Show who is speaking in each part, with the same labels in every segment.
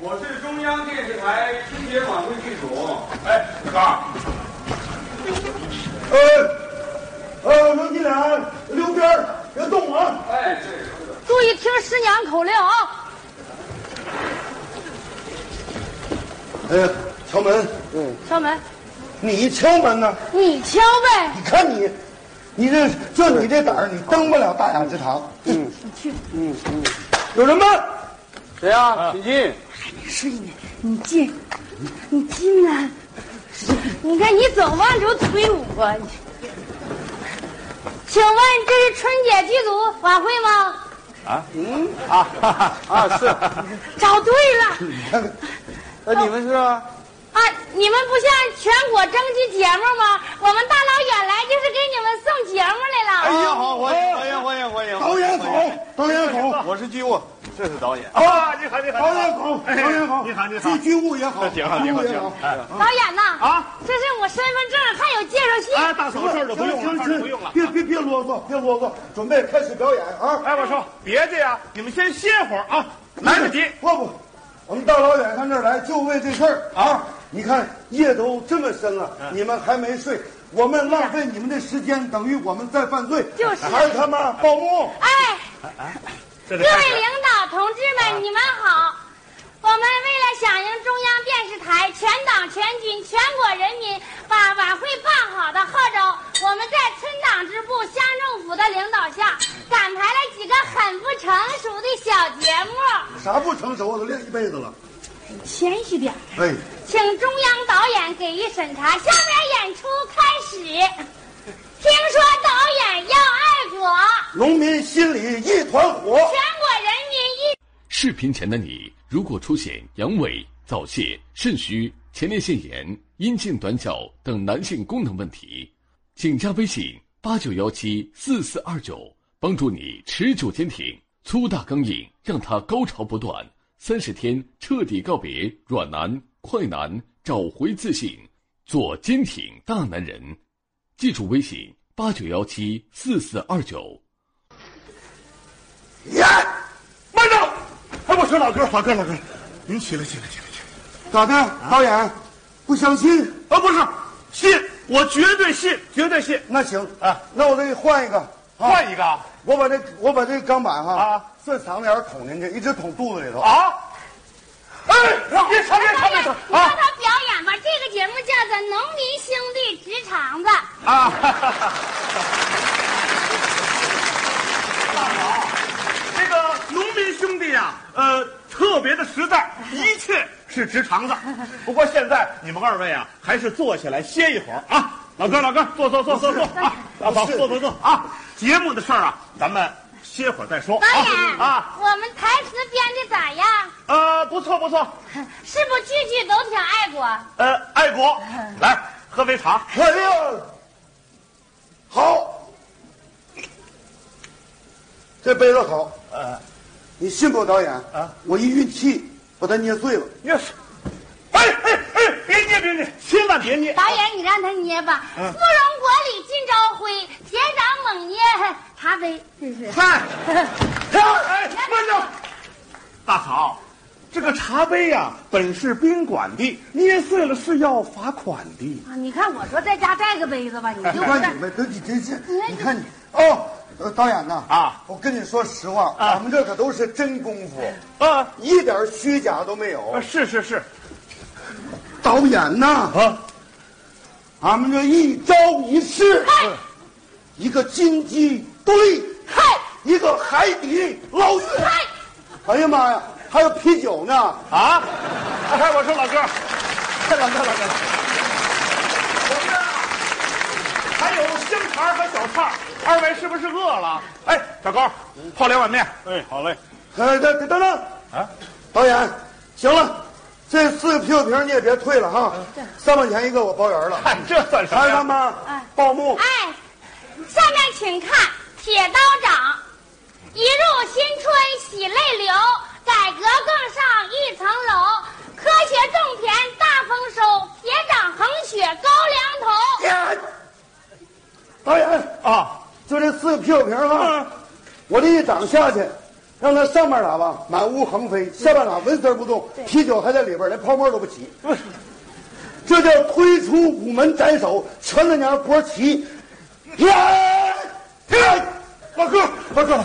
Speaker 1: 我是中央电视台春节晚会剧组。
Speaker 2: 哎，哥。
Speaker 3: 哎
Speaker 2: 呃，呃，能进来，溜边儿，别动啊！
Speaker 1: 哎，对，是的
Speaker 4: 注意听师娘口令啊！
Speaker 2: 哎呀，敲门。嗯，
Speaker 4: 敲门，
Speaker 2: 你敲门呢？
Speaker 4: 你敲呗。
Speaker 2: 你看你，你这就你这胆儿，你登不了大雅之堂。嗯，
Speaker 4: 你去，
Speaker 3: 嗯
Speaker 2: 有人吗？
Speaker 1: 谁呀？
Speaker 2: 啊
Speaker 1: 请进。
Speaker 4: 睡呢，你进，你进来。你看你总往出推我、啊，你请问这是春节剧组晚会吗？
Speaker 1: 啊哈哈啊， 是。
Speaker 4: 找对了
Speaker 2: 你看看，
Speaker 1: 那你们是？
Speaker 4: 啊！你们不像全国征集节目吗？我们大老远来就是给你们送节目来了。
Speaker 3: 哎呀，好，欢迎欢迎欢迎欢迎！
Speaker 1: 哎
Speaker 2: 导演好，导演好，
Speaker 3: 我是剧务，这是导演。
Speaker 2: 啊！你好，你好，导演好，导演好，
Speaker 3: 哎你好你好
Speaker 2: 居居务也好，
Speaker 3: 挺好挺好
Speaker 2: 居务也
Speaker 3: 挺好。哎
Speaker 4: 导演呐，
Speaker 3: 啊，
Speaker 4: 这是我身份证，还有介绍信。
Speaker 3: 哎，大嫂这儿都不用
Speaker 2: 行行
Speaker 3: 了，这儿都不用了。
Speaker 2: 别别别啰嗦，别啰嗦，准备开始表演啊！
Speaker 3: 哎，我说别介呀，你们先歇会儿啊，来得及。
Speaker 2: 不不，我们大老远上这儿来就为这事儿啊！你看夜都这么深了，
Speaker 3: 嗯
Speaker 2: 你们还没睡，我们浪费你们的时间，等于我们在犯罪，
Speaker 4: 就是
Speaker 2: 还他妈报幕。
Speaker 4: 哎，
Speaker 3: 这
Speaker 4: 各位领导、同志们，你们好！我们为了响应中央电视台全党全军全国人民把晚会办好的号召，我们在村党支部、乡政府的领导下，赶排了几个很不成熟的小节目。
Speaker 2: 啥不成熟，我都练一辈子了。
Speaker 4: 谦虚点，
Speaker 2: 哎，
Speaker 4: 请中央导演给予审查。下面演出开始。听说导演要爱国，
Speaker 2: 农民心里一团火。
Speaker 4: 全国人民一。
Speaker 5: 视频前的你，如果出现阳痿、早泄、肾虚、前列腺炎、阴茎短小等男性功能问题，请加微信八九幺七四四二九，帮助你持久坚挺，粗大刚硬，让它高潮不断。三十天彻底告别软男、快男，找回自信，做坚挺大男人。记住微信八九幺七四四二九。
Speaker 2: 耶，慢着！哎，我说老哥，
Speaker 3: 老哥老哥，您起来起来起来起
Speaker 2: 咋的？
Speaker 3: 啊
Speaker 2: 导演不相信？
Speaker 3: 来。啊，不是，信，我绝对信，绝对信。
Speaker 2: 那行
Speaker 3: 啊，
Speaker 2: 那我再换一个。啊
Speaker 3: 换一个啊
Speaker 2: 我把这我把这钢板哈
Speaker 3: 啊
Speaker 2: 顺嗓子眼儿捅进去，一直捅肚子里头。
Speaker 3: 啊！哎，别吵别
Speaker 4: 导
Speaker 3: 吵别
Speaker 4: 演，
Speaker 3: 吵
Speaker 4: 你让
Speaker 3: 啊
Speaker 4: 他表演吧。这个节目叫做《农民兄弟直肠子》。
Speaker 3: 啊！大嫂，这个农民兄弟呀、呃，特别的实在，一切是直肠子。不过现在你们二位啊，还是坐下来歇一会儿啊。老哥，老哥，坐坐坐坐坐啊！大嫂，坐坐坐啊！节目的事儿啊，咱们歇会儿再说
Speaker 4: 导演，
Speaker 3: 啊啊！
Speaker 4: 我们台词编的咋样？
Speaker 3: 呃，不错不错，
Speaker 4: 是不是句句都挺爱国？
Speaker 3: 呃，爱国，来喝杯茶。
Speaker 2: 哎呀，好，这杯子好。
Speaker 3: 呃，
Speaker 2: 你信不，导演？
Speaker 3: 啊，
Speaker 2: 我一运气把它捏碎了。
Speaker 3: 哟，哎哎哎，别捏别捏，千万别捏。
Speaker 4: 导演，你让他捏吧。芙
Speaker 3: 嗯
Speaker 4: 蓉国里今朝晖，铁掌猛捏茶杯，真是。
Speaker 3: 嗨，哎，慢着，大嫂，这个茶杯呀、本是宾馆的，捏碎了是要罚款的。
Speaker 4: 啊你看我说在家带个杯子吧，你
Speaker 2: 你
Speaker 3: 哎
Speaker 4: 就不
Speaker 2: 看
Speaker 4: 带
Speaker 2: 你。们，这你真是
Speaker 4: 你，看
Speaker 2: 你看你哦，呃，导演呐，
Speaker 3: 啊，
Speaker 2: 我跟你说实话，
Speaker 3: 啊
Speaker 2: 我们这可都是真功夫，
Speaker 3: 啊，
Speaker 2: 一点虚假都没有。
Speaker 3: 是是是，
Speaker 2: 导演呐，
Speaker 3: 啊，
Speaker 2: 俺们这一招一式，啊一个金鸡独立，
Speaker 4: 嗨
Speaker 2: 一个海底捞月。
Speaker 4: 嗨，
Speaker 2: 哎呀妈呀，还有啤酒呢！
Speaker 3: 啊，哎，我说老哥，老哥老哥，我们啊还有香肠和小菜儿，二位是不是饿了？哎，小高，泡两碗面。哎，好嘞。
Speaker 2: 哎，等等等等，
Speaker 3: 啊，
Speaker 2: 导演，行了，这四个啤酒瓶你也别退了哈，三毛钱一个我包圆了。
Speaker 3: 哎，这算什么
Speaker 2: 哎，
Speaker 3: 呀
Speaker 2: 他？妈
Speaker 4: 哎，
Speaker 2: 报幕，
Speaker 4: 哎，下面请看《铁刀掌》，一入新春喜泪流，改革更上一层楼，科学种田大丰收，铁掌横雪高粱
Speaker 3: 哎
Speaker 4: 头。
Speaker 2: 导演，
Speaker 3: 啊，
Speaker 2: 就这四个啤酒瓶哈，我这一掌下去，让他上半拉吧满屋横飞，下半拉纹丝儿不动，啤酒还在里边儿，连泡沫都不起。这叫推出午门斩首，全他娘波齐。哎呀！呀！
Speaker 3: 老哥，老哥，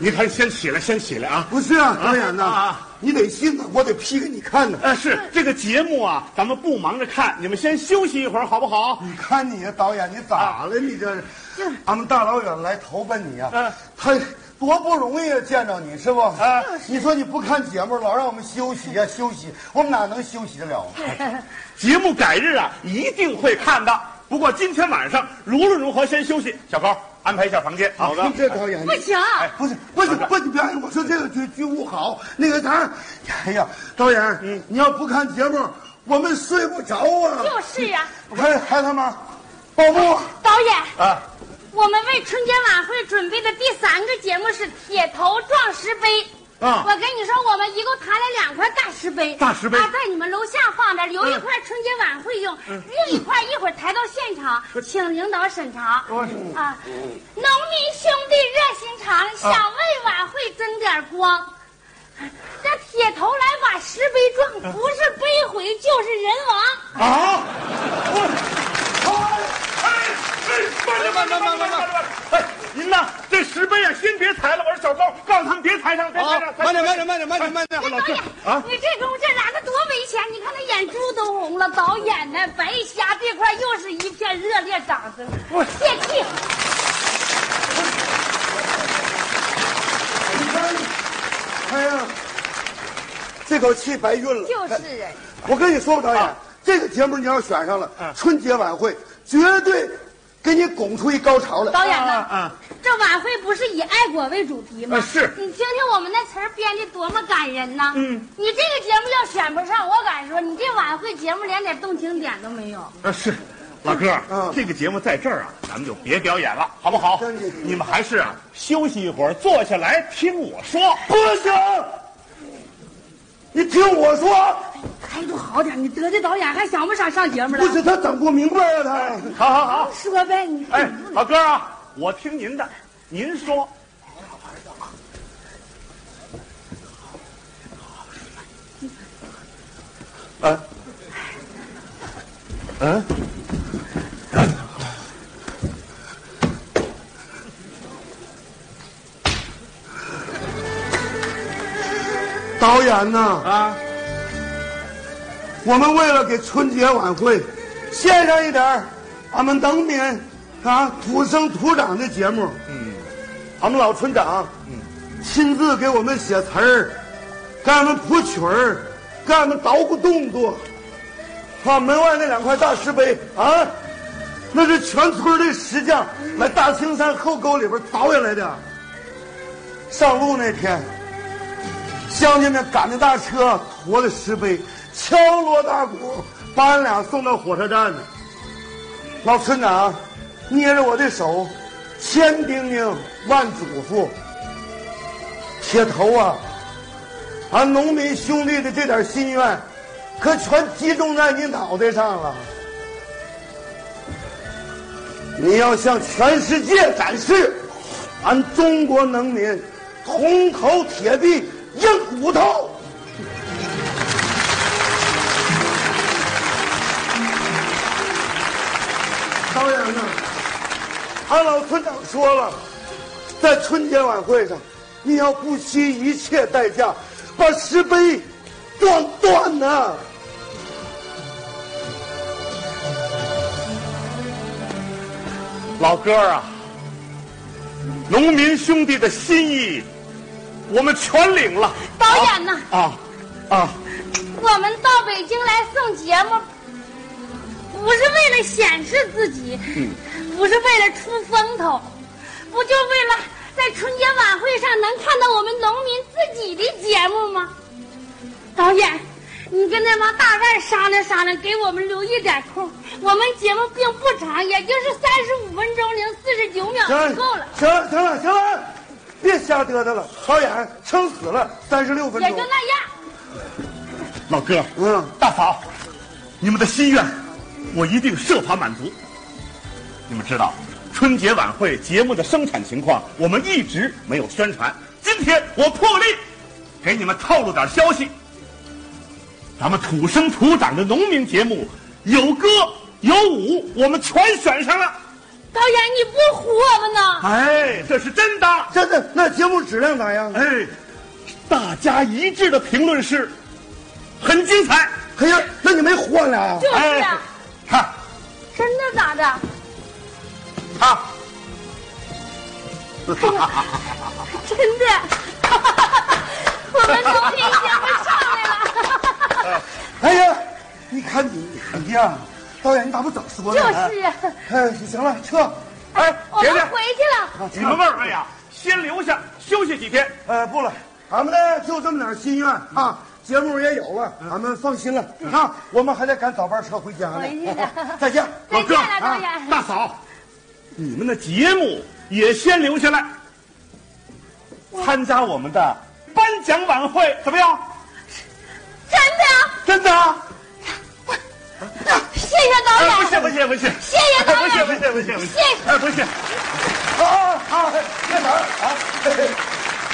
Speaker 3: 您还是先起来，先起来啊！
Speaker 2: 不是啊，导演
Speaker 3: 啊
Speaker 2: 呐
Speaker 3: 啊，
Speaker 2: 你得信呐，我得批给你看呢。
Speaker 3: 呃，是这个节目啊，咱们不忙着看，你们先休息一会儿，好不好？
Speaker 2: 你看你呀，导演，你
Speaker 4: 啊
Speaker 2: 咋了？你这，
Speaker 4: 嗯
Speaker 2: 俺们大老远来投奔你呀、
Speaker 3: 嗯
Speaker 2: 他多不容易啊，见着你是不？
Speaker 4: 嗯
Speaker 3: 啊
Speaker 2: 你说你不看节目，老让我们休息呀、休息，我们哪能休息得了啊？
Speaker 3: 节目改日啊，一定会看的。不过今天晚上无论如何先休息，小高安排一下房间。好
Speaker 2: 这导演哎
Speaker 4: 不
Speaker 2: 不
Speaker 4: 行，
Speaker 2: 是不是不是，你别我说这个剧剧务好，那个啥，哎呀，导演，嗯，你要不看节目，我们睡不着啊。
Speaker 4: 就是啊，
Speaker 2: 还孩子们，保护
Speaker 4: 导演，
Speaker 3: 啊，
Speaker 4: 我们为春节晚会准备的第三个节目是铁头撞石碑。
Speaker 3: 啊
Speaker 4: 我跟你说，我们一共抬了两块大石碑，
Speaker 3: 大石碑嗯
Speaker 4: 啊，在你们楼下放着，留一块春节晚会用，另一块一会儿抬到现场，
Speaker 3: 嗯
Speaker 4: 请领导审查。
Speaker 3: 哦
Speaker 4: 啊，农民兄弟热心
Speaker 3: 啊
Speaker 4: 肠，想为晚会争点光。这铁头来把石碑
Speaker 3: 嗯
Speaker 4: 撞，不是背毁就是人亡。
Speaker 3: 啊！哎慢着慢着慢着慢着慢着！哎，您呐，这石碑啊，先别抬了。我说小高，告诉他们别抬上，别抬上。
Speaker 2: 哎慢点慢点慢点慢点慢点，
Speaker 4: 导演，哎你这功夫这拿的多危险！你看那眼珠都红了。导演呢，白瞎这块又是一片热烈掌声，泄气。
Speaker 2: 你看，哎呀，这口气白运了。
Speaker 4: 就是人，
Speaker 2: 我跟你说吧，导
Speaker 4: 啊
Speaker 2: 演，这个节目你要选上了，
Speaker 4: 嗯
Speaker 2: 春节晚会绝对给你拱出一高潮来。
Speaker 4: 导演呢？
Speaker 3: 啊啊
Speaker 4: 这晚会不是以爱国为主题吗？
Speaker 3: 啊是
Speaker 4: 你听听我们那词儿编的多么感人呐！嗯，你这个节目要选不上，我敢说你这晚会节目连点动情点都没有。
Speaker 3: 啊，是，老哥，
Speaker 2: 嗯
Speaker 3: 这个节目在这儿啊，咱们就别表演了，好不好
Speaker 2: 真的？
Speaker 3: 你们还是啊，休息一会儿，坐下来听我说。
Speaker 2: 不行，你听我说，
Speaker 4: 态度好点，你得罪导演还想不想上节目了
Speaker 2: 不？是他整不明白啊，他。
Speaker 3: 好好好，
Speaker 4: 说呗，你
Speaker 3: 哎，老哥啊，我听您的，您说。嗯、嗯、
Speaker 2: 导演呐，
Speaker 3: 啊，
Speaker 2: 我们为了给春节晚会献上一点儿俺们农民啊土生土长的节目，嗯，俺们老村长，嗯，亲自给我们写词儿，给俺们谱曲儿，给俺们捣鼓动作，啊，门外那两块大石碑啊，那是全村的石匠来大青山后沟里边凿下来的。上路那天，乡亲们赶着大车驮着石碑，敲锣打鼓把俺俩送到火车站呢。老村长捏着我的手，千叮咛万嘱咐：“铁头啊，俺农民兄弟的这点心愿，可全集中在你脑袋上了。你要向全世界展示，俺中国农民铜头铁臂硬骨头。”导演呢？俺老村长说了，在春节晚会上，你要不惜一切代价把石碑撞断呢、
Speaker 3: 老哥啊，农民兄弟的心意，我们全领了
Speaker 4: 导演呢？
Speaker 3: 啊啊！
Speaker 4: 我们到北京来送节目，不是为了显示自己，不是为了出风头，不就为了在春节晚会上能看到我们农民自己的节目吗？导演，你跟那帮大腕商量商量，给我们留一点空。我们节目并不长，也就是三十五分钟零四十九 秒
Speaker 2: 行
Speaker 4: 就够了，
Speaker 2: 行了，行了，行了，别瞎嘚嘚了。导演撑死了三十六分
Speaker 4: 也
Speaker 2: 钟
Speaker 4: 就。那样。
Speaker 3: 老哥，
Speaker 2: 嗯，
Speaker 3: 大嫂，你们的心愿，我一定设法满足。你们知道，春节晚会节目的生产情况，我们一直没有宣传。今今天我破例给你们透露点消息。咱们土生土长的农民节目，有歌有舞，我们全选上了。
Speaker 4: 导演，你不唬我们呢？
Speaker 3: 哎，这是真的。
Speaker 2: 真的，那节目质量咋样？啊
Speaker 3: 哎，大家一致的评论是，很精彩。
Speaker 2: 哎呀，那你没唬我俩啊？
Speaker 4: 就是
Speaker 3: 哎
Speaker 4: 啊，，
Speaker 3: 看
Speaker 4: 真的咋的？
Speaker 3: 他，
Speaker 4: 真的， 我们农民节目上来了，
Speaker 2: 哎呀，你看你你呀，导演你咋不早说
Speaker 4: 就
Speaker 2: 呢？
Speaker 4: 是哦啊，
Speaker 2: 哎，行了，撤。
Speaker 3: 哎，
Speaker 4: 我
Speaker 3: 别
Speaker 4: 们
Speaker 3: 别，
Speaker 4: 回去了。
Speaker 2: 啊
Speaker 3: 你们二位啊，先留下休息几天。
Speaker 2: 呃，不了，俺们呢就这么点心愿啊，节目也有了，俺们放心了
Speaker 4: 嗯
Speaker 2: 啊，我们还得赶早班车回家呢
Speaker 4: 回去的。
Speaker 2: 再 见。
Speaker 4: 再见了，
Speaker 3: 老哥
Speaker 4: 导
Speaker 3: 啊
Speaker 4: 演。
Speaker 3: 大嫂，你们的节目也先留下来，参加我们的颁奖晚会，怎么样？
Speaker 4: 真的，
Speaker 3: 真的啊？
Speaker 4: 谢谢导
Speaker 3: 哎，
Speaker 4: 演
Speaker 3: 不。是不是不是，
Speaker 4: 谢谢
Speaker 3: 哎
Speaker 4: 导
Speaker 3: 不是不
Speaker 4: 演，
Speaker 3: 是不是不是
Speaker 4: 谢谢，
Speaker 3: 哎不是，
Speaker 2: 啊啊，那啥啊，嘿嘿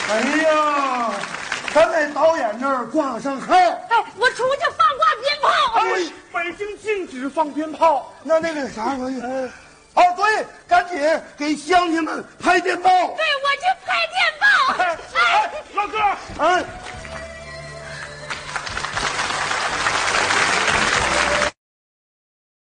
Speaker 2: 哎呀，咱在导演那儿挂上号，
Speaker 4: 哎，我出去放挂鞭炮。
Speaker 3: 哎北京禁止放鞭炮，
Speaker 2: 那那哦个啥玩意儿？啊，对，赶紧给乡亲们拍电报。
Speaker 4: 对，我去
Speaker 3: 哎